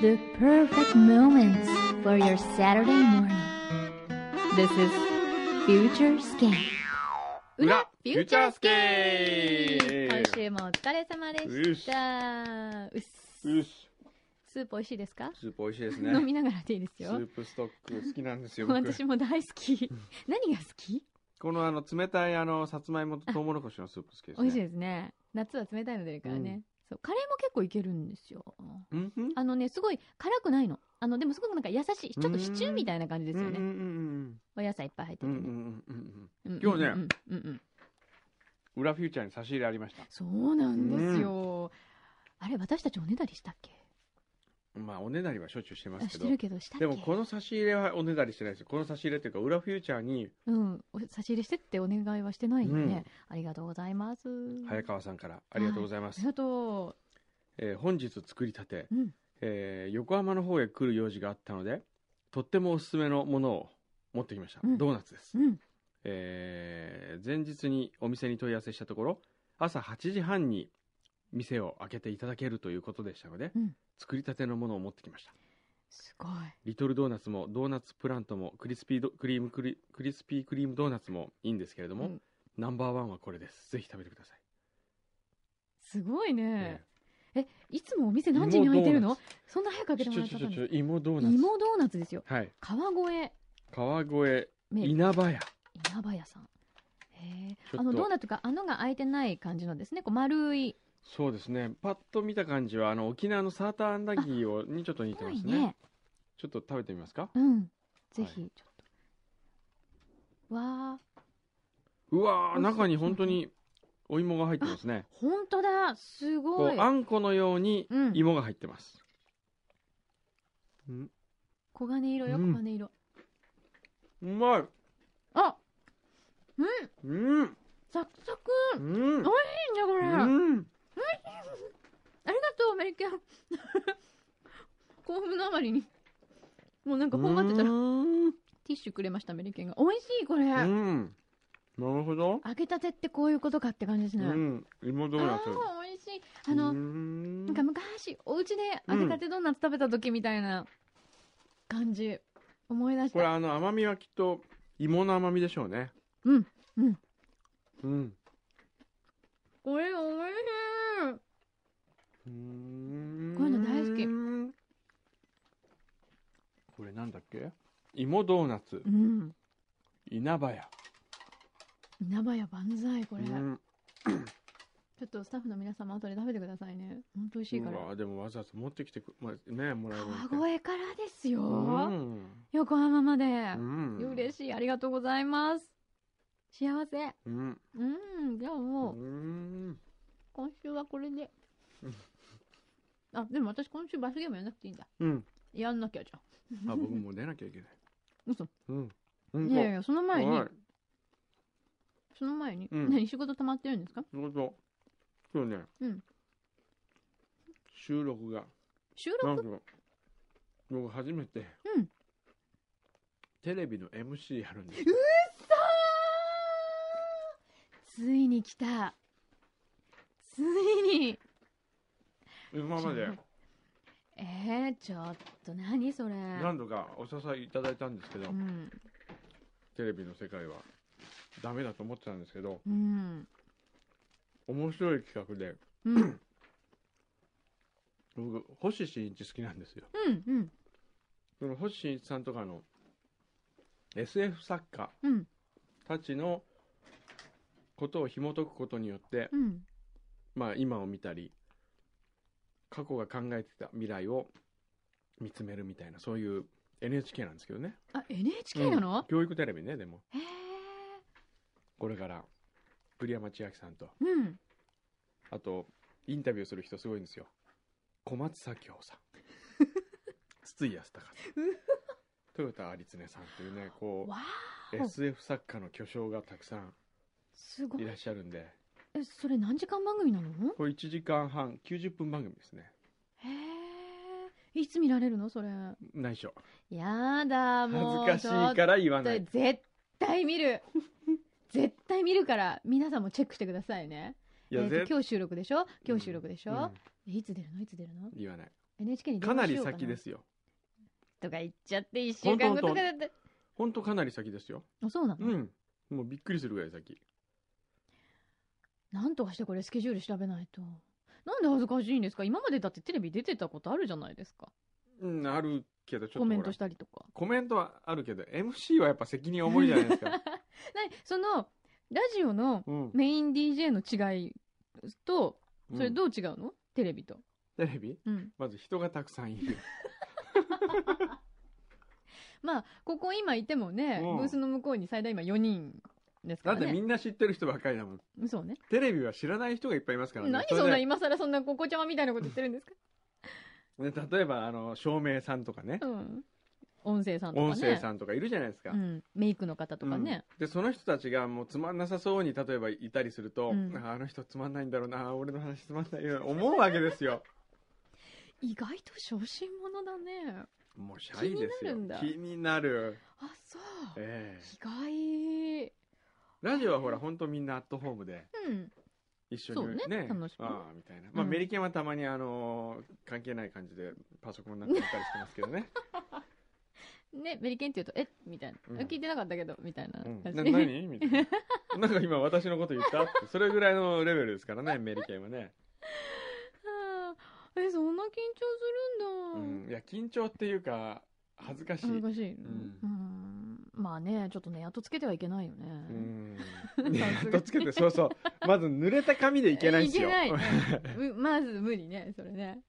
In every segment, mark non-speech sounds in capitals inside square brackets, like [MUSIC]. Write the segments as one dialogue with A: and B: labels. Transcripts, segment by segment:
A: The perfect moments for your Saturday morning. This is Future Scan.
B: 裏フューチャースケ
A: 今
B: ー
A: 週もお疲れ様でした。うっす
B: うっす
A: スープ美味しいですか、
B: スープ美味しいですね
A: 飲みながらでいいです
B: ス
A: よ
B: ー。プストック好きな
A: [LAUGHS]
B: んですよ僕
A: 私も大好き。何が好き
B: このあの冷たいあのさつまいもとトウモロコシのスープ好きですね
A: 美味しいですね。夏は冷たいのでいいからね、
B: うん
A: そう。カレーも結構いけるんですよ。
B: うんふん
A: あのね、すごい辛くないの。あの、でもすごくなんか優しい。ちょっとシチューみたいな感じですよ
B: うん
A: ね。
B: うん
A: お野菜いっぱい入って
B: うんう
A: て
B: んうん
A: ね。
B: うんうんうん
A: うんうん
B: 今日ね
A: うんうんうん。
B: うん裏フューチャーに差し入れありました
A: そうなんですよ。あれ、私たちおねだりしたっけ
B: まあおねだりはしょっちゅうしてま
A: あ
B: す
A: し
B: け
A: て
B: ど
A: るけど、したっけ
B: でもこの差し入れはおねだりしてないですよこの差し入れっていうか裏フューチャーに
A: うん、お差し入れしてってお願いはしてないよね。ありがとうございます。
B: 早川さんからありがとうございま
A: あ
B: す
A: りがと
B: えー本日作りたて、
A: う。うん。
B: えー横浜の方へ来る用事があったのでとってもおすすめのものを持ってきました、
A: うん
B: ドーナツです、
A: うん。
B: えー前日にお店に問い合わせしたところ朝8時半に店を開けていただけるということでしたので、
A: うん
B: 作りたてのものを持ってきました
A: すごい。
B: リトルドーナツもドーナツプラントもクリスピードクリームクリクリスピークリームドーナツもいいんですけれども、
A: うん
B: ナンバーワンはこれですぜひ食べてください、
A: すごい
B: え
A: ね。え、いつもお店何時に開いてるのそんな早く開
B: え
A: けても
B: ち
A: ら
B: ょ
A: っ
B: ち
A: た
B: ょ
A: ん
B: ちょ
A: だ
B: ちょ芋ドーナツ
A: 芋ドーナツですよ。
B: はい
A: 川越、
B: 川越
A: め稲
B: 稲葉屋
A: 葉屋さん。へえ
B: ちょっと
A: あの、ドーナツが穴が開いてない感じのですね。こう丸い。
B: そうですね。パッと見た感じは、あの、沖縄のサーターアンダギーをにちょっと似て
A: ぽ
B: ま
A: い
B: すね。
A: ね。
B: ちょっと食べてみますか
A: うん。ぜ
B: は
A: ひ、ちょっと。わあ、
B: うわ
A: 美味し
B: ー、
A: い
B: 中に本当にお芋が入ってますね。
A: 本当だす
B: こ、
A: ごいう
B: あんこのように
A: うん
B: 芋が入ってます。うん、
A: 黄金色よ、
B: うん
A: 黄金色。
B: うまい
A: あうん
B: うん
A: サクサク
B: うん
A: いいね、これ。ありが
B: うん
A: とう、メリケン。 [LAUGHS] 興奮のあまりに。もうなんか頬張ってたら、テ
B: うん
A: ィッシュくれました、メリケンが。美味しい、これ。
B: うんなるほど。
A: 揚げたてってこういうことかって感じです
B: う
A: ね。
B: ん。芋ドーナツ。
A: ああ、美味しい。あの、
B: うん
A: なんか昔、お家で揚げたてドーナツ食べた時みたいな感じ、思い出し
B: これ
A: た。
B: あの甘みはきっと芋の甘みでしょうね。
A: うん。うん。
B: うん。
A: これ、美味しい。
B: うーん
A: こういうの大好き
B: これなんだっけ芋ドーナツ
A: うん。
B: 稲葉屋
A: 稲葉屋万歳、これ。
B: うん
A: ちょっとスタッフの皆様、後で食べてくださいね。本当美味しいから
B: う。わでもわざわざ持ってきてく、まあ、ねもらえるなんて
A: 川越からですよ。
B: うん
A: 横浜まで。
B: うん
A: 嬉しい。ありがとうございます。幸せ。
B: うん
A: うん。じゃあ
B: う
A: もう、
B: ん
A: 今週はこれで
B: うん。
A: あ、でも私今週罰ゲームやんなくていいんだ。
B: うん
A: やんなきゃじゃ
B: あ僕もう出なきゃいけない
A: 嘘
B: うん
A: ん。
B: 本
A: い
B: 当
A: やいや、その前に
B: おい、
A: その前に、
B: うん
A: 何仕事溜まってるんですか
B: 本当今日ね、
A: うん
B: 収録が
A: 収
B: なん
A: 録
B: か僕初めて、
A: うん
B: テレビの MC やるんですよ
A: ついに来た。ついに。
B: 今まで
A: えー、ちょっと何それ。
B: 何度かお支えいただいたんですけど、
A: うん。
B: テレビの世界はダメだと思ってたんですけど
A: うん。
B: 面白い企画で
A: うん。
B: 僕星新一好きなんですよ
A: うん。うん。
B: その星新一さんとかの SF 作家
A: うん。
B: たちのことを紐解くことによって、
A: うん。
B: まあ、今を見たり過去が考えてた未来を見つめるみたいなそういう NHK なんですけどね
A: あ、NHK なの、
B: うん教育テレビねでも
A: へえ。
B: これから栗山千明さんと
A: うん。
B: あと、インタビューする人すごいんですよ。小松左京
A: [LAUGHS]
B: さん。筒井康隆さん。豊田有常さんというね、こ
A: わ
B: う、
A: ーお。
B: SF 作家の巨匠がたくさん
A: すご
B: い
A: い。
B: らっしゃるんで、
A: え、それ何時間番組なの
B: これ1時間半、90分番組ですね。
A: へえ。いつ見られるのそれ。
B: 内緒。
A: やだ、もう。
B: 恥ずかしいから言わな
A: ちょ
B: い
A: っ。と絶対見る。 [LAUGHS] 絶対見るから、皆さんもチェックしてくださいね。
B: いや、
A: えーと
B: 絶対
A: 今日収録でしょ今日収録でしょ、
B: うん
A: えいつ出るのいつ出るの
B: 言わない。
A: ?NHK に電
B: かな
A: 話し
B: り
A: ようかな
B: 先ですよ。
A: とか言っちゃって、1週間後とかだった
B: ほんとかなり先ですよ。
A: あ、そうなの、
B: うん。もうびっくりするぐらい先。
A: なんとかしてこれスケジュール調べないと。なんで恥ずかしいんですか今までだってテレビ出てたことあるじゃないですか。
B: うん、あるけど、ちょっと
A: コメン
B: ほ
A: ト
B: ら
A: したりとか。
B: コメントはあるけど、MC はやっぱ責任重いじゃないです
A: [LAUGHS]
B: か。
A: なその、ラジオの
B: うん。
A: メイン DJ の違いと、それ
B: うん
A: どう違うの、テレビと。
B: テレビ
A: うん。
B: まず人がたくさん
A: [LAUGHS]
B: いる。
A: まあ、ここ今いてもね、
B: うん
A: ブースの向こうに最大今4人です
B: だ
A: か
B: っ
A: ら
B: てみ
A: ね。
B: んな知ってる人ばっかりだもん。
A: そうね。
B: テレビは知らない人がいっぱいいますからね。
A: 何そんな
B: れ
A: 今更そんなここちゃまみたいなこと言ってるんですか
B: でね例えば、あの、照明さんとかね、
A: うん。音声さんとかね。
B: 音声さんとかいるじゃないですか
A: う。ん。メイクの方とかね。
B: うんでその人たちがもうつまんなさそうに例えばいたりすると、
A: うん
B: ああの人つまんないんだろうな俺の話つまんないよ思うわけですよ
A: 意外と小心者だね。
B: もうシャイですよ
A: 気になるんだ
B: 気になる、
A: あ、そう。
B: ええ
A: 意外。
B: ラジオはほら本当みんなアットホームで
A: うん。
B: 一緒に
A: そうね楽しくね
B: ああみたいな、まあ
A: うん
B: メリケンはたまにあのー関係ない感じでパソコンなんかやったりしてますけどね、
A: ね、メリケンって言うと、えみたいな、
B: うん
A: 聞いてなかったけど、みたいな
B: う
A: 感
B: ん、
A: じ。
B: な
A: [LAUGHS]
B: 何みたいななんか今私のこと言ったってそれぐらいのレベルですからねメリケンはね、
A: あーえ、そんな緊張す
B: う
A: るんだ。
B: ん、いや緊張っていうか恥ずかしい
A: 恥ずかしい、
B: ん
A: うんまあねちょっとねやっとつけてはいけないよね、
B: うーん
A: さ
B: や
A: すがに
B: っとつけてそうそうまず濡れた髪でいけないんですよ
A: いけない
B: [LAUGHS]
A: うまず無理ねそれね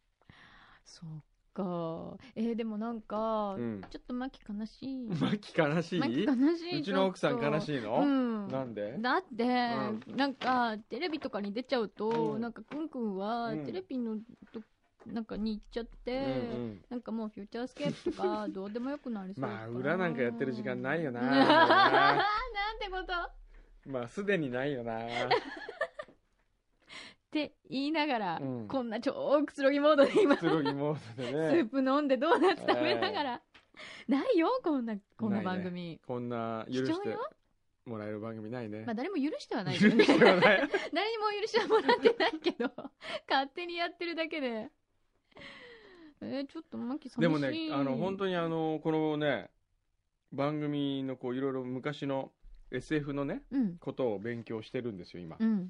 A: そっかえーでもなんか、
B: うん
A: ちょっとマキ悲しい
B: マキ悲し
A: マキ
B: い
A: 悲しいう
B: ちの奥さん悲
A: い
B: しいうの、
A: ん
B: なんで
A: だって、
B: う
A: なんかテレビとかに出ちゃうと、
B: うん
A: なんかくんくんは
B: うん
A: テレビのと、なんかに行っちゃって、
B: うんうん
A: なんかもうフューチャースケープと
B: [LAUGHS]
A: かどうでもよくなりそうだ
B: まあ裏なんかやってる時間な
A: [LAUGHS]
B: いよなもう
A: なん
B: な
A: てことっ
B: まあすでにな
A: [LAUGHS]
B: いよな
A: て言いながら、
B: うん
A: こんな超くつろぎモードで今
B: くつろぎモードで
A: ス
B: ね
A: ープ飲んでドーナツ食べながら、ないよこんなこんな番組、
B: こんな許
A: 貴重
B: して
A: よ
B: もらえる番組ないね、
A: まあ誰も許してはないけ
B: 許
A: どね
B: してはない
A: 誰にも許してはもらってないけど勝手にやってるだけでえー、ちょっとマキ寂しい
B: でもねあの本当にあのこのね番組のこういろいろ昔の SF のね
A: うん
B: ことを勉強してるんですよ今、
A: うん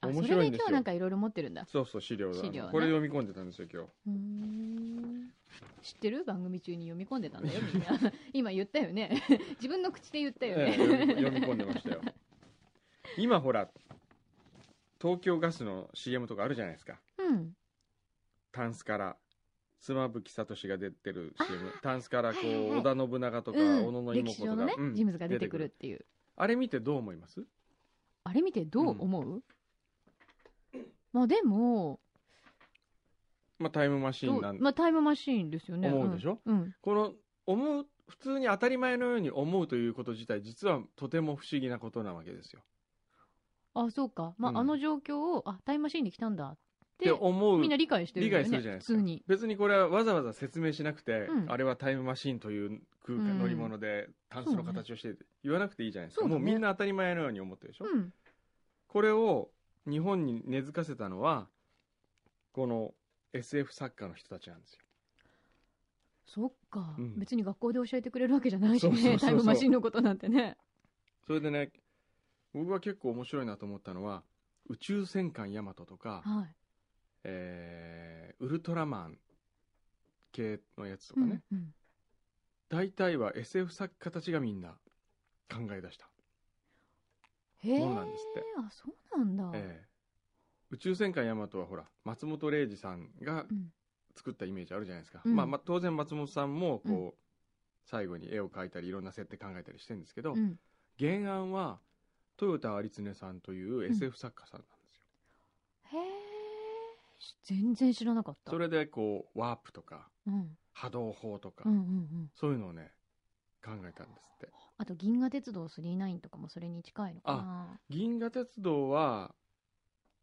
A: あ
B: 面白いんですよ
A: それで今日なんかいろいろ持ってるんだ
B: そうそう資料だ
A: 資料ね
B: これ読み込んでたんですよ今日
A: うーん知ってる番組中に読み込んでたんだよみん
B: [LAUGHS]
A: な今言ったよね [LAUGHS] 自分の口で言ったよね、
B: ええ読み読み込んでましたよ今ほら東京ガスの CM とかあるじゃないですか
A: [LAUGHS] うん
B: タンスから妻夫木聡が出てる CM タンスからこう、
A: はいはいはい
B: 織田信長とか、
A: うん
B: 小野妹
A: 歴
B: 子
A: 史
B: とか、
A: 上のね、
B: うん
A: 人物が出てくるっていう
B: あれ見てどう思います
A: あれ見てどう思う、まあでも
B: まあタイムマシーンなん
A: どうまあ、タイムマシーンですよね
B: 思うでしょ、
A: うんうん
B: この思う普通に当たり前のように思うということ自体実はとても不思議なことなわけですよ
A: あそうか、まあ
B: うん
A: あの状況をあタイムマシーンで来たんだっ
B: って
A: て
B: 思う
A: みんな理解してる
B: 理
A: よね
B: 解するじゃないですか
A: 普通に
B: 別にこれはわざわざ説明しなくて、
A: うん
B: あれはタイムマシンという空間、
A: うん
B: 乗り物でタンスの形をしてって言わなくていいじゃないですか、
A: そうだ
B: も
A: ね
B: うみんな当たり前のように思ってるでしょ、
A: うん
B: これを日本に根付かせたのはこの SF 作家の人たちなんですよ
A: そっか、
B: うん
A: 別に学校で教えてくれるわけじゃないしね
B: そうそうそうそう
A: タイムマシーンのことなんてね
B: それでね僕は結構面白いなと思ったのは「宇宙戦艦ヤマト」とか、
A: は
B: えーウルトラマン」系のやつと
A: い、
B: かね、
A: うんうん
B: 大体は SF 作家たちがみんな考え出した
A: へえ
B: もんなんですって
A: あそうなんだ、
B: ええ宇宙戦艦ヤマトはほら松本零士さんが
A: うん
B: 作ったイメージあるじゃないですか、
A: うん
B: まあ、まあ当然松本さんもこう、
A: う
B: 最後に絵を描いたりいろんな設定考えたりしてるんですけど、
A: うん
B: 原案は豊田有常さんという SF 作家さんなんですよ、
A: へえ全然知らなかった
B: それでこうワープとか
A: うん、
B: 波動砲とか、
A: うんうんうん
B: そういうのをね考えたんですって
A: あと銀河鉄道999とかもそれに近いのかな
B: 銀河鉄道は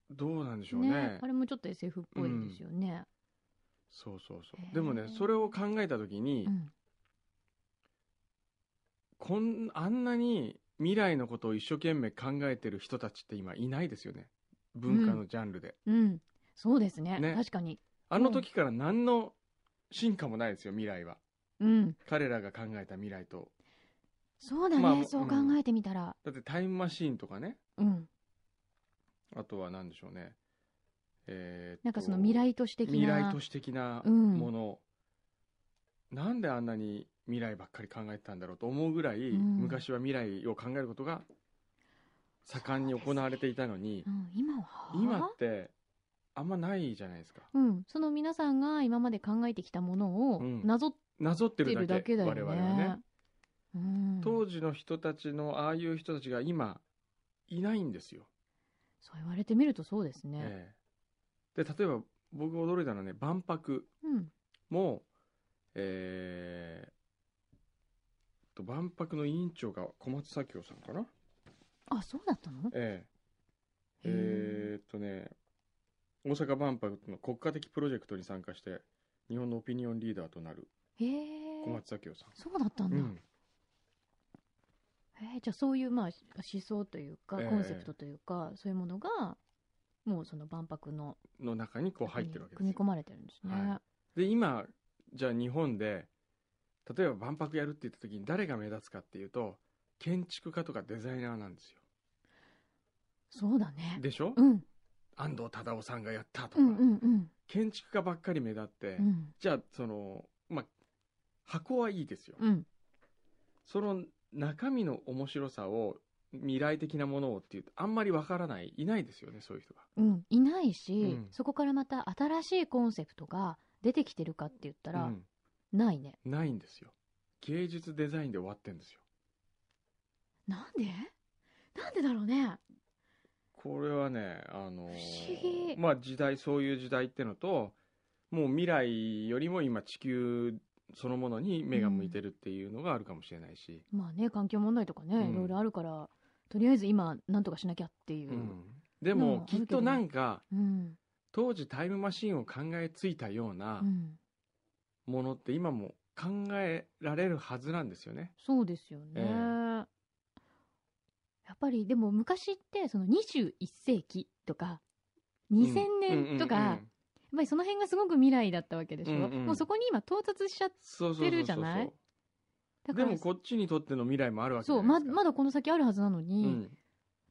B: どうなんでしょうね
A: あれもちょっと SF っぽいですよね、
B: そうそうそ
A: へえ
B: うでもねそれを考えた時に、
A: うん
B: こんあんなに未来のことを一生懸命考えてる人たちって今いないですよね文化のジャンルで、
A: うん。そうですね。
B: ね
A: 確かに。
B: あの時から何の進化もないですよ未来は
A: うん。
B: 彼らが考えた未来と
A: そうだね。
B: まあ
A: そう考
B: うん
A: えてみたら。
B: だってタイムマシーンとかね
A: うん。
B: あとは何でしょうねえーっと
A: なんかその未来都市的な。
B: 未来都市的な
A: うん
B: もの、なんであんなに未来ばっかり考えてたんだろうと思うぐらい、
A: ん
B: 昔は未来を考えることが盛んに行われていたのに、
A: うん、今は
B: 今ってあんまないじゃないですか
A: うん。その皆さんが今まで考えてきたものを
B: うん
A: なぞっ
B: なぞって
A: て
B: るだ
A: る
B: け
A: だけだよ
B: 我
A: ね。
B: 々はね
A: うん。
B: 当時の人たちのああいう人たちが今いないんですよ、
A: そう言われてみるとそうですね。
B: ええで例えば僕が驚いたのはね万博
A: うん。
B: もえーと万博の委員長が小松左京さんかな
A: あ、そうだったの
B: ええ
A: へ
B: えーっとね大阪万博の国家的プロジェクトに参加して日本のオピニオンリーダーとなる
A: へ
B: 小
A: え。
B: 松左京さん、
A: そうだったんだ。
B: うん
A: えーじゃあそういう、まあ、し思想というか、
B: ええ
A: コンセプトというか、そういうものが、もうその万博の
B: の中にこう入
A: に
B: ってるわけです
A: 組
B: よ
A: み込まれてるんですね。
B: はで今じゃあ日本で例えば万博やるって言った時に誰が目立つかっていうと建築家とかデザイナーなんですよ
A: そうだね。
B: でしょ、
A: うん。
B: 安藤忠雄さんがやったとか、
A: うんうんうん。
B: 建築家ばっかり目立って、
A: うん。
B: じゃあそのまあ箱はいいですよ、
A: うん。
B: その中身の面白さを未来的なものをっていうとあんまりわからないいないですよねそういう人が
A: うん。いないし、
B: うん
A: そこからまた新しいコンセプトが出てきてるかって言ったら、
B: うん
A: ないね。
B: ないんですよ芸術デザインで終わってんですよ
A: なんでなんでだろうね。
B: これはね、あ
A: 不
B: のー
A: 思議
B: まあ時代、そういう時代ってのと、もう未来よりも今地球そのものに目が向いてるっていうのがあるかもしれないし、
A: まあね、環境問題とかね、
B: うん
A: いろいろあるから、とりあえず今、なんとかしなきゃっていうう。
B: んで
A: ま
B: も
A: あ
B: きっとなんか、
A: うん。
B: 当時タイムマシンを考えついたような
A: うん
B: ものって今も考えられるはずなんですよね。
A: そうですよね。
B: ええ
A: やっぱりでも昔ってその21世紀とか2000年とか、
B: うんうんうんう
A: やっ
B: ん
A: ぱりその辺がすごく未来だったわけでしょ、
B: うんうん
A: もうそこに今到達しちゃっ
B: そうそうそうそう
A: 出るじゃないた
B: で
A: から
B: もこっちにとっての未来もあるわけじゃ
A: そうま
B: ないですか。
A: まだこの先あるはずなの
B: う
A: に、
B: ん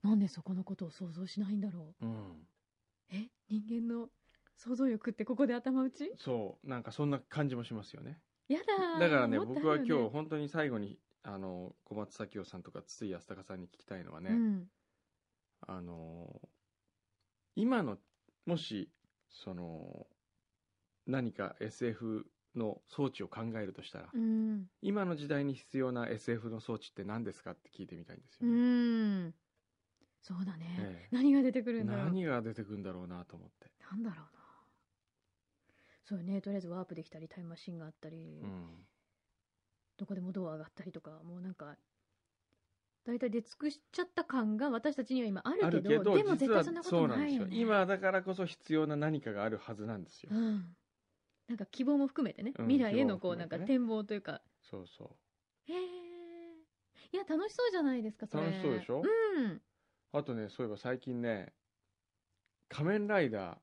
A: なんでそこのことを想像しないんだろ
B: うん
A: うえ人間の想像力ってここで頭打ち
B: そうなんかそんな感じもしますよね。
A: やだー
B: だからね
A: もっと
B: 僕は今
A: あるよ
B: 日本当に最後にあの小松左京さんとか筒井康隆さんに聞きたいのはね、
A: ねうん
B: あの今のもしその何か SF の装置を考えるとしたら、
A: うん
B: 今の時代に必要な SF の装置って何ですかって聞いてみたいんです
A: う
B: よね、
A: んそうだね、
B: ええ
A: 何が出てくるんだろう
B: 何が出てくるんだろうなと思って、
A: なんだろうなそうよねとりあえずワープできたりタイムマシンがあったり、
B: うん
A: どこでもドアがあったりとかもうなんか大体出尽くしちゃった感が私たちには今ある
B: あ
A: け
B: る
A: ど
B: けど
A: でも絶
B: 実
A: 対
B: は
A: そんなこ
B: そ
A: と
B: うなん
A: な
B: で
A: い
B: すよ
A: よね
B: 今だからこそ必要な何かがあるはずなんですよ、
A: うん、なんか希望も含めてね、
B: うん
A: 未来へのこう
B: 希望
A: な
B: も
A: んか
B: 含めてね
A: 展望というか
B: そうそう
A: へえいや楽しそうじゃないですかそれ
B: 楽しそうでしょ
A: うん
B: あとね、そういえば最近ね、仮面ライダ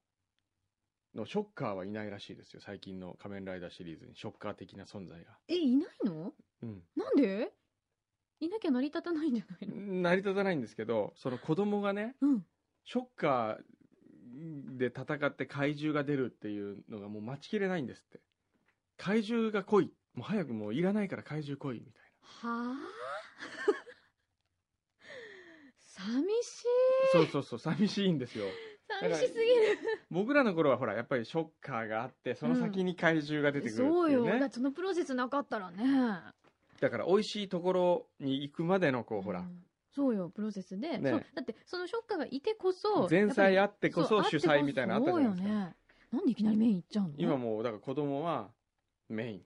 B: ーのショッカーはいないらしいですよ。最近の仮面ライダーシリーズにショッカー的な存在が。
A: えいないの
B: うん。
A: なんでいなきゃ成り立たないんじゃないの
B: 成り立たないんですけど、その子供がね、
A: うん
B: ショッカーで戦って怪獣が出るっていうのがもう待ちきれないんですって。怪獣が来い。もう早くもういらないから怪獣来い。みたい
A: はあ寂し
B: な。そうそうそう、寂しいんですよ。
A: い寂しすぎ
B: 僕らの頃はほら、やっぱりショッカーがあって、その先に怪獣が出て
A: る
B: くるっていう
A: そ
B: ね。
A: うよだってそのプロセスなかったらね
B: だから美味しいところに行くまでのこうほ
A: う
B: ら、
A: んそうよプロセスで、
B: ね
A: そうだってそのショッカーがいてこそ
B: 前菜あ
A: っ
B: ってこそ主催みたいなのあったじゃないですか、
A: そうよねなんでいきなりメイン行っちゃうの
B: 今もうだから子供はメイン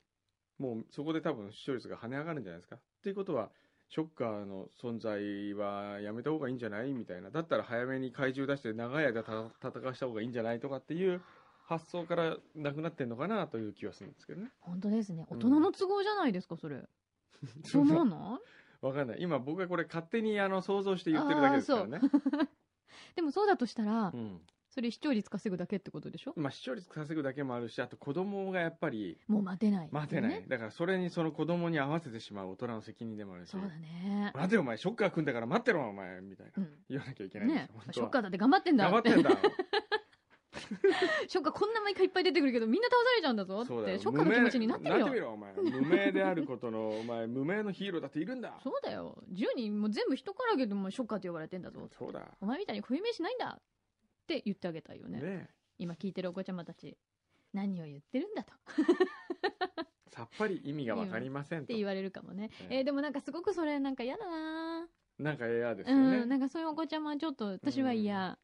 B: もうそこで多分視聴率が跳ね上がるんじゃないですかっていうことはショッカーの存在はやめた方がいいんじゃないみたいなだったら早めに怪獣出して長い間た戦わした方がいいんじゃないとかっていう発想からなくなってんのかなという気はするんですけどね
A: 本当ですね
B: う
A: 大
B: ん
A: 人の都合じゃないですかそれ、そう思わない
B: [LAUGHS] わかんない。今僕がこれ勝手にあの想像して言ってるだけですからね。
A: でもそうだとしたら
B: う、ん。
A: それ視聴率稼ぐだけってことでしょ
B: まあ視聴率稼ぐだけもあるし、あと子供がやっぱり
A: もう待てない、
B: 待てない。
A: ね。
B: だからそれにその子供に合わせてしまう大人の責任でもあるし。
A: そうだね。
B: 待てよお前、ショッカー組んだから待ってろお前、みたいな。
A: うん。
B: 言わなきゃいけないんです
A: ね
B: よ。本当
A: ショッ
B: は
A: カーだって頑張ってんだ
B: 黙
A: っ。
B: っててんだ。
A: [LAUGHS] ショッカーこんな毎回いっぱい出てくるけど、みんな倒されちゃうんだぞ
B: そう
A: っ
B: だよ
A: て、ショッカーの気持ちになってみ
B: 無名
A: よ。
B: お前。無名であることの、お前、無名のヒーローだっているんだ。
A: そうだよ。10人もう全部人からげでもショッカーと呼ばれてんだぞ。
B: そうだ。
A: お前みたいにこういう名詞ないんだって言ってあげたいよね。
B: ね
A: 今聞いてるお子ちゃまたち、何を言ってるんだと。
B: さっぱり意味がわかりません
A: っ
B: と
A: て。言われるかもね。
B: ええ
A: えーでもなんかすごくそれなんか嫌だな
B: なんか嫌です
A: う
B: よ
A: ん、
B: ね。
A: なんかそういうお子ちゃまはちょっと私は嫌。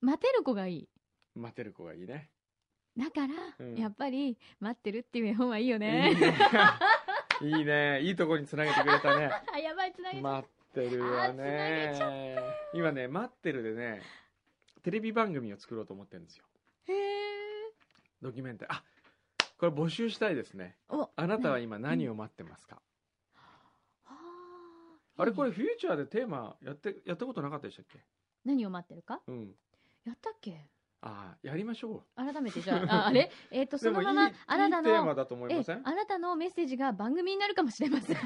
A: 待てる子がいい。
B: 待てる子がいいね。
A: だから、
B: うん
A: やっぱり、待ってるっていう絵本はいいよね。
B: いいね。いいね。いいとこにつなげてくれ
A: [LAUGHS]
B: たね。
A: あ、やばい、つなげちゃった
B: 待ってるわ
A: あ繋
B: ね。今ね、待ってるでね、テレビ番組を作ろうと思ってるんですよ。
A: へえ。
B: ドキュメンタリー。あ、これ募集したいですね。
A: お、
B: あなたは今何を待ってますか、
A: あー
B: あれこ
A: いいね
B: れフューチャーでテーマやって、やったことなかったでしたっけ
A: 何を待ってるか
B: うん。
A: やったっけ
B: ああ、やりましょう。
A: 改めてじゃあ、あ
B: [LAUGHS]
A: あれえっ、と、そのま
B: でもい
A: ま
B: い、
A: あなた
B: いいテーマ
A: の、
B: だと思い
A: え
B: ません
A: あなたのメッセージが番組になるかもしれません。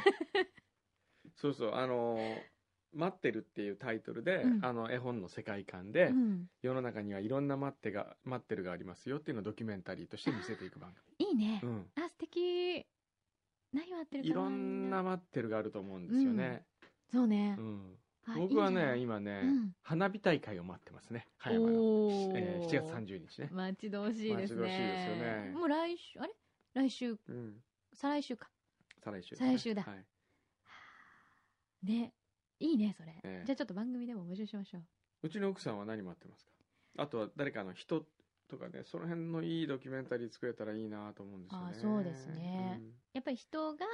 B: そうそう、あのー待ってるっていうタイトルで、
A: うん
B: あの絵本の世界観で、
A: [LAUGHS] うん
B: 世の中にはいろんな待ってが、待ってるがありますよっていうのをドキュメンタリーとして見せていく番
A: いいね。
B: 組。うん。
A: あ、素敵。何を待ってるか
B: いろんな。待ってるがあると思うんですよね。
A: そうね
B: う。ん。
A: あ
B: 僕はい
A: いじゃ
B: ね、
A: ん
B: 今ね、
A: うん
B: 花火大会を待ってますね。葉山の。
A: おー
B: えー、7月30日ね。
A: 待ち遠しいですね。
B: 待ち遠しいですよね
A: もう来週、あれ来週、
B: うん。
A: 再来週か。
B: 再来週、
A: 再来週だ
B: はい。
A: [SIGHS] ね。いいね、それ。
B: ええ
A: じゃあちょっと番組でも募集しましょう。
B: うちの奥さんは何待ってますかあとは誰かの人とかね、その辺のいいドキュメンタリー作れたらいいなと思うんですよね。
A: あーそうですね
B: うん
A: やっぱり人が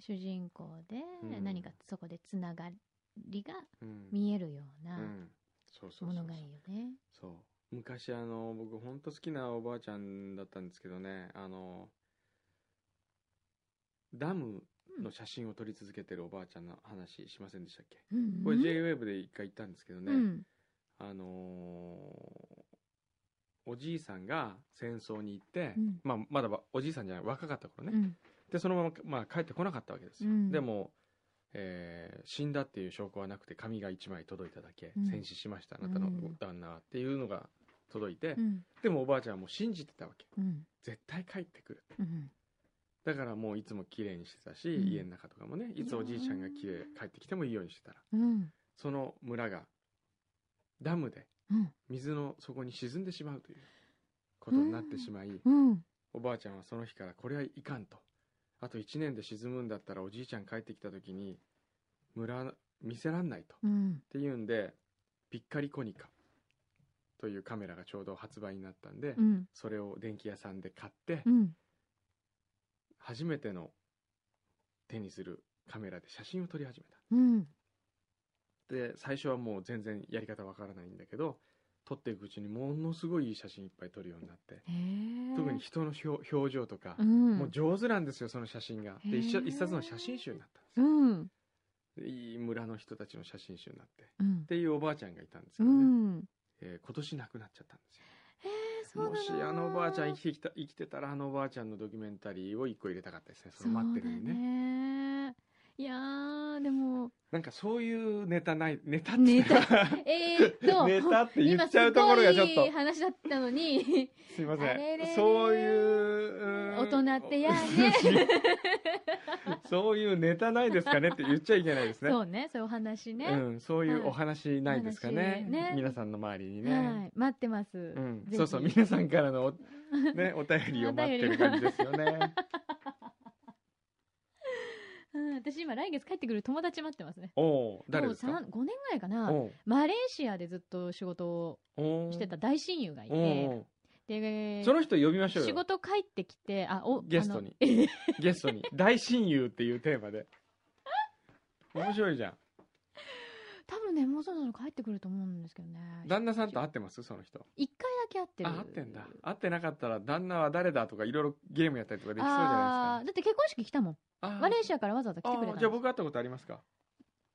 A: 主人公で、
B: うん
A: 何かそこでつながりが
B: うん
A: 見えるよう
B: う、
A: なん
B: そうそうそうそう
A: ものがいいよね。
B: そう昔あの僕ほんと好きなおばあちゃんだったんですけどねあのダムの写真を撮り続けてるおばあちゃんの話しませんでしたっけ、
A: うん
B: これ JWAVE で一回行ったんですけど
A: う
B: ね、
A: ん。
B: あのーおじいさんが戦争に行って、
A: うん
B: まあ、まだわおじいさんじゃない若かった頃ね、
A: うん
B: でそのまま、まあ、帰ってこなかったわけですよ、
A: うん
B: でも、えー死んだっていう証拠はなくて紙が1枚届いただけ、
A: うん
B: 戦死しましたあなたの
A: うん
B: 旦那はっていうのが届いて、
A: うん。
B: でもおばあちゃんはもう信じてたわけ
A: うん。
B: 絶対帰ってくる
A: うん。
B: だからもういつも綺麗にしてたし、
A: うん
B: 家の中とかもねいつおじいちゃんが綺麗帰ってきてもいいようにしてたら
A: うん。
B: その村がダムで
A: うん。
B: 水の底に沈んでしまうということになってしまい、
A: うん。
B: おばあちゃんはその日からこれはいかんとあと1年で沈むんだったらおじいちゃん帰ってきた時に村見せらんないとっ
A: うん。
B: ていうんでピッカリコニカというカメラがちょうど発売になったんで、
A: うん。
B: それを電気屋さんで買って、
A: うん。
B: 初めての手にするカメラで写真を撮り始めた
A: うん。
B: で最初はもう全然やり方わからないんだけど撮っていくうちにものすごいいい写真いっぱい撮るようになって
A: へえ。
B: 特に人の表表情とか
A: う、ん。
B: もう上手なんですよその写真がで
A: へー
B: 一緒一冊の写真集になったんです
A: う
B: よ
A: ん。
B: でいい村の人たちの写真集になってっ
A: うん。
B: ていうおばあちゃんがいたんですけ
A: う
B: どね、
A: ん。
B: えー今年亡くなっちゃったんですよ
A: へえ、そうな
B: もし
A: だ
B: あのおばあちゃん生きてきた生きてたらあのおばあちゃんのドキュメンタリーを一個入れたかったですねその待ってるに
A: そうだ
B: ね
A: ね。いやー、でも、
B: なんかそういうネタない、ネタって
A: ネタ、えーっと、
B: [LAUGHS] ネタって言
A: 今
B: っ
A: す
B: ちゃうところ
A: ご
B: がちょっ
A: い
B: と、
A: 話だったのに、
B: すいませ
A: あれれれ
B: ん。そういううーん、
A: 大人ってやね
B: [LAUGHS] そういうネタないですかねって言っちゃいけないです [LAUGHS] ね。
A: そうね、そういうお話ね。
B: うん、そうい
A: は
B: う
A: い
B: お話ないですかね。
A: お話ね
B: 皆さんの周りにね。
A: はい、待ってます。
B: うん
A: ぜ、ひ
B: そうそう、皆さんからのお,、ね、お便りを待ってる感じですよね。
A: うん私今来月帰ってくる友達待ってますね。
B: おお誰です
A: もう
B: か
A: さん5年ぐらいかな、
B: お
A: マレーシアでずっと仕事を
B: お
A: してた大親友がい
B: お
A: て、
B: お
A: で、
B: その人呼びましょう
A: 仕
B: よ。
A: 事帰ってきて、あ、お、
B: ゲストに
A: あの [LAUGHS]
B: ゲストに。大親友っていうテーマで。面白いじゃん。
A: 多分ね、もうそろそろ帰ってくると思うんですけどね。
B: 旦那さんと会ってますその人。
A: 一回だけ会ってる。
B: あ、会ってんだ。会ってなかったら、旦那は誰だとか、いろいろゲームやったりとかできそうじゃ
A: あーだって結婚式来たもん。
B: ないですか。
A: マレーシアからわざわざ来てくれたん
B: あー
A: です
B: じゃあ僕会ったことありますか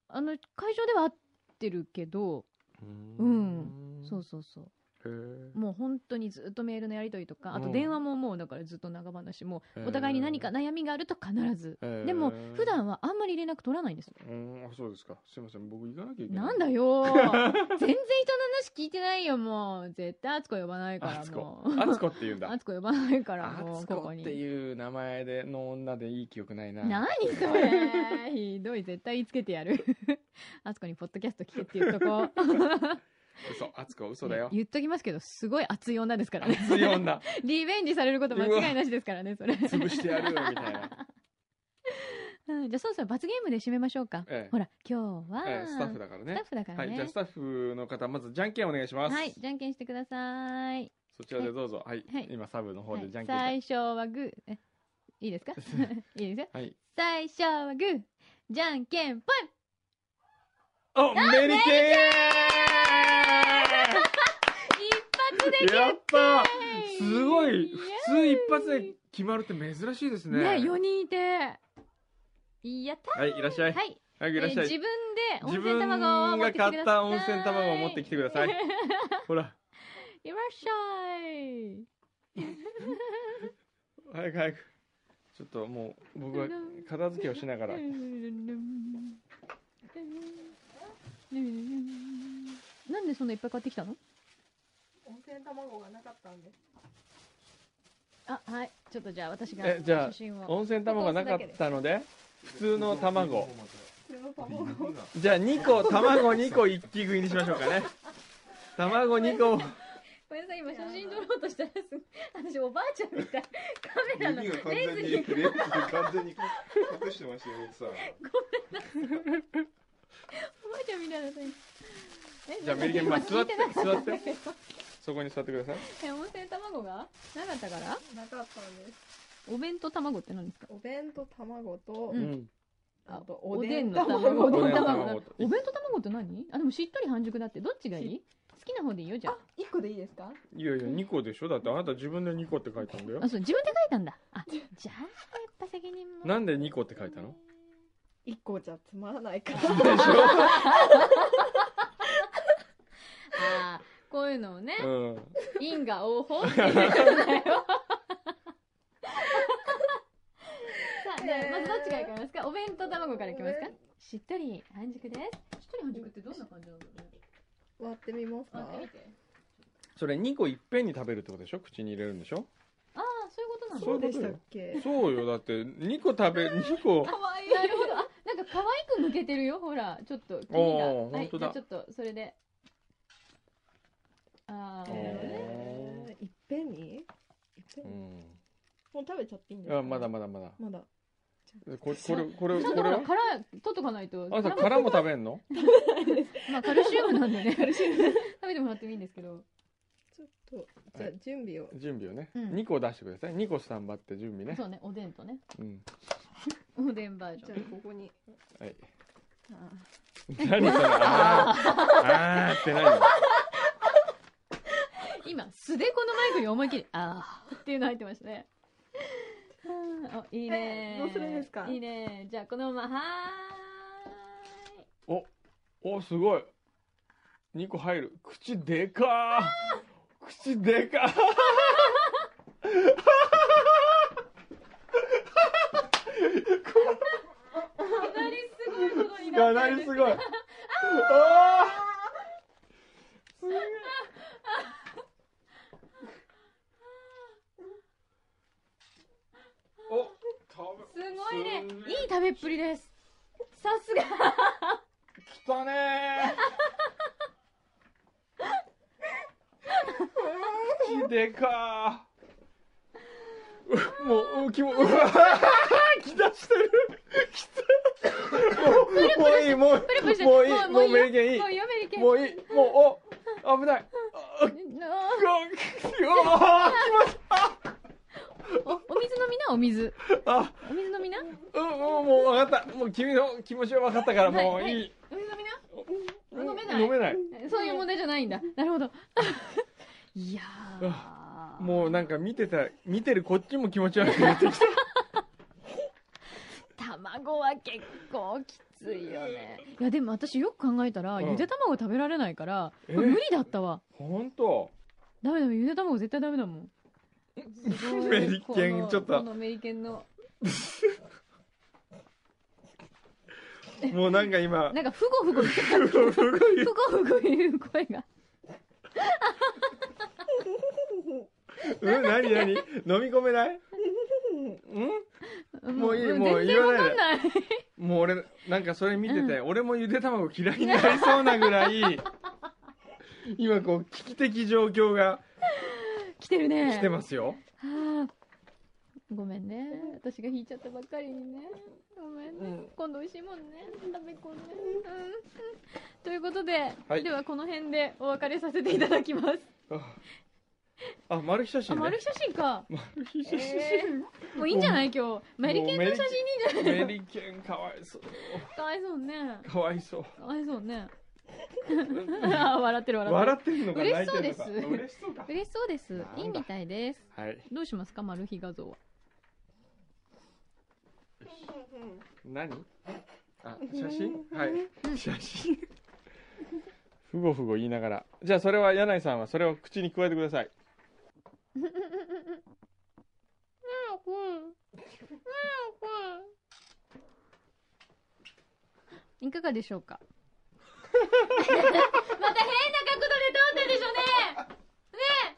A: あの、会場では合ってるけど、うんそうそうそう。
B: へえ
A: もう本当にずっとメールのやり取りとか、あ
B: う
A: と
B: ん
A: 電話ももうだからずっと長話も
B: へ、ー
A: お互いに何か悩みがあると必ず。
B: へー
A: でも、普段はあんまり連絡取らないんですよ。
B: うんあそうですかすいません僕行かなきゃいけない
A: なんだよー
B: [LAUGHS]
A: 全然人の話聞いてないよ、もう。絶対、あつこ呼ばないから、
B: あつこ
A: もう。
B: あつこって言うんだ
A: あつこ呼ばないから、
B: あ
A: もう、
B: つ
A: こ
B: こ
A: こ
B: って
A: に。
B: いう名前での女でいい記憶ないな
A: 何それひどい、絶対言いつけてやる。 [LAUGHS] あつこにポッドキャスト聞けって言っとこ
B: 嘘あつこ
A: う。
B: 嘘だよ
A: 言っときますけど、すごい熱い女ですからね。
B: 熱い女
A: [LAUGHS] リベンジされること間違いなしですからね、それ。
B: 潰してやるよみたいな
A: [LAUGHS] うんじゃあそろそろ罰ゲームで締めましょうか。
B: ええ
A: ほら、今日は、
B: えースタッフだから
A: スタ
B: ね
A: ッフだから
B: はい
A: ね。
B: じゃあスタッフの方まずじゃんけんお願いします
A: はい、じゃんけんしてください。
B: そちらでどうぞはい
A: はい
B: 今サブの方
A: は
B: で
A: い
B: じゃんけんして
A: 最初はグー、え、いいです
B: [LAUGHS]
A: かいいですよ。
B: はい
A: 最初はグー、じゃんけんぽい
B: おメリケ
A: 一発で
B: ーンやった
A: イ
B: すごい
A: イエーイ
B: 普通一発で決まるって珍しいですね
A: ね、4人いて。やった
B: はいいらっしゃい
A: はい、
B: は
A: え
B: いいらっ
A: ー
B: しゃい
A: 自分で温
B: 自
A: 泉
B: 分
A: 卵を持っ
B: が
A: てきてください。
B: 買った温泉卵を持ってきてくださいほら
A: いらっしゃい。
B: 早く早くちょっともう僕は片付けをしながら
A: なんでそんないっぱい買ってきたの
C: 温泉卵がなかったんです。
A: あ、はい。ちょっとじゃあ私が
B: えじゃあ
A: 写真を。
B: 温泉卵がなかったので普通の卵
C: 普通の卵を。
B: じゃあ2個卵2個一気食いにしましょうかね卵2個
A: ご
B: を
A: めんなさい、今写真撮ろうとしたらすごい私おばあちゃんみたい。カメラの
D: 耳
A: レ
D: が完全
A: ンズ
D: に、
A: に
D: レンズで完全に隠してましたよ、僕さ。
A: おばあちゃんみたいなさ。え
B: じゃあメリケンまあ座って座っ。
A: なん
B: て
A: か今聞いなか
B: [LAUGHS] そこに座ってください
A: たえ温泉卵がなかったから
C: なかったんです。
A: お弁当卵って何ですか
C: お弁と卵と、
A: うん
C: あと
A: お
C: お
A: で
C: で
A: ん
C: ん
A: の
C: の
A: 卵。お
C: 卵。
A: でん
B: おでん
A: 卵
B: 卵。
A: お弁当卵って何あ、でもしっとり半熟だって。どっちがいい好きな方でいいよ、じゃあ
C: あ。、一個でいいですか？
B: いやいや2個でしょだってあなた自分で2個って書いたんだよ [LAUGHS]
A: あ、そう、自分で書いたんだ。あ、じゃあ、やっぱ先にも。
B: なんで2個って書いたの
C: 一個じゃつまらないから。
B: でし
A: ああ、こういうのをね、
B: ょ、うん、
A: 因果応報って
B: [LAUGHS]
A: いうんだよ。さあ、じゃあまずどっちからいきますかお弁当卵からいきますか
C: お弁
A: しっとり半熟です。しっとり半熟ってどんな感じなんだろうね。
C: 割ってみますか？
A: 割ってみて。
B: それ2個いっぺんに食べるってことでしょ口に入れるんでしょ
A: ああ、そういうことなの
B: そ
C: そ
B: い
C: うう
B: う
C: で
B: こと
C: し
B: よ
C: たっけ？
B: そうよだって2個食べ2個
C: 可愛
A: なるほど。あ、なんか可愛く抜けてるよ。ほら、ちょっと、黄身が。
B: おー
A: は
B: ほ
A: い
B: ん、と
A: じ
B: だ
A: ゃあちょっと、それで。ああ、なるほどね。
C: えーいっぺんに？いっぺん
B: う
C: に。
B: ん
C: もう食べちゃっていいんです
B: あ
C: か？
B: まだまだまだ
C: [LAUGHS] まだ。
B: ここれこれ
A: ちょっとほ
B: これ
A: ら、
B: は
A: 殻、取っとかないと。
B: あな
A: 殻
B: た
A: も
B: 殻も食べんの
A: まあ、カルシウムなんでね。 [LAUGHS] カルシウム。食べてもらってもいいんですけど。
C: ちょっとじゃあ準備を。
B: 準備をね、
A: うん
B: 2個出してください2個スタンバって準備ね
A: そうね、おでんとね。
B: うん
A: おでんバージ
C: じ
A: ョ
C: ゃ
A: ン。
C: あここに。
B: はい
C: あー
B: 何それあーあーって何
A: 今、素でこのマイクに思いっきり、あーっていうの入ってましたね。あいいね
C: えどうするんですか
A: いいねじゃあ、このまま、はーい。
B: おおすごい2個入る口でかー口でかー
A: かなりすごいことにな
B: か
A: った
B: なんり
A: ですす
B: ごいああ
A: [LAUGHS]
B: すごいお食
A: すごいね
B: すごい
A: いい食べっぷりですさすが
B: べきたねー口でかーうもううきもうわーきたしてるきたもうもういいもう
A: プルプルして
B: もういいもう
A: いい
B: メリケンいい
A: もういいよメリケン
B: もういい、もう、お、危ない。あう
A: あ
B: わうわ
A: おお水飲みなお水
B: あ、
A: お水飲みなお水
B: うん、うんもう分かった。もう君の気持ちは分かったから、もういい。
A: 飲みな飲めない
B: 飲めない。
A: そういう問題じゃないんだな
B: [LAUGHS]
A: るほどいやー
B: もうなんか見てた、見てるこっちも気持ち悪くなってきた。
A: 卵は結構き
C: ついよね。
A: いやでも私よく考えたら、
B: うん
A: ゆで卵食べられないから、
B: え
A: これ無理だったわ
B: 本当
A: ダメダメゆで卵絶対ダメだもん
C: すごい
B: メリケン
C: この
B: ちょっと
C: このメリケンの。
B: もうなん
A: [LAUGHS]
B: か今
A: なんかふごふご言ってたふごふご言う声が
B: うん何何飲み込めないうん [LAUGHS] もういいもう
A: 全然
B: 言わ
A: わ
B: ないで
A: かんない
B: もう俺なんかそれ見てて、俺もゆで卵嫌いになりそうなぐらい今こう危機的状況が
A: 来てるね
B: 来てますよ、
A: はあごめんね私が引いちゃったばっかりにねごめんね、
B: うん
A: 今度美味しいもんね食べこんねうんうんということで、
B: はい
A: ではこの辺でお別れさせていただきます
B: ああマル秘写
A: あ
B: 真ね
A: 丸い写真か
B: マル秘写真、
A: えー [LAUGHS] もういいんじゃない今日メリケンの写真にいいんじゃない
B: メリケンかわいそう
A: かわいそうね
B: かわいそう
A: かわいそうねあー [LAUGHS] 笑ってる笑ってる
B: 笑ってるのか
A: 嬉
B: 泣
A: し
B: い
A: そう
B: て
A: で
B: るの
A: す
B: か嬉しそうか
A: 嬉しそうです
B: なんだ
A: いいみたいです
B: はい
A: どうしますかマル秘画像は
B: 何 [LAUGHS] あ写真はい写真ふごふご言いながらじゃあそれは柳井さんはそれを口に加えてください
A: いかがでしょう [LAUGHS] かまた変な角度で撮ったでしょねねえ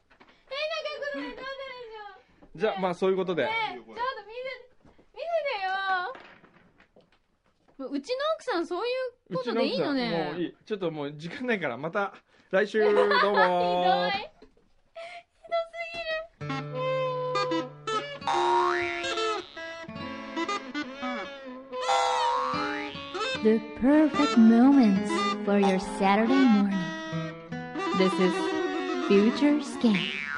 A: 変な角度で撮ったでしょ
B: じゃあまあそういうことで
A: ねえちょっと見せ見せてよもううちの奥さんそういうことでいいの
B: うち奥さん
A: ね
B: もういいちょっともう時間ないからまた来週どうも
A: [LAUGHS] ひどい
E: The perfect moments for your Saturday morning. This is Future Scan.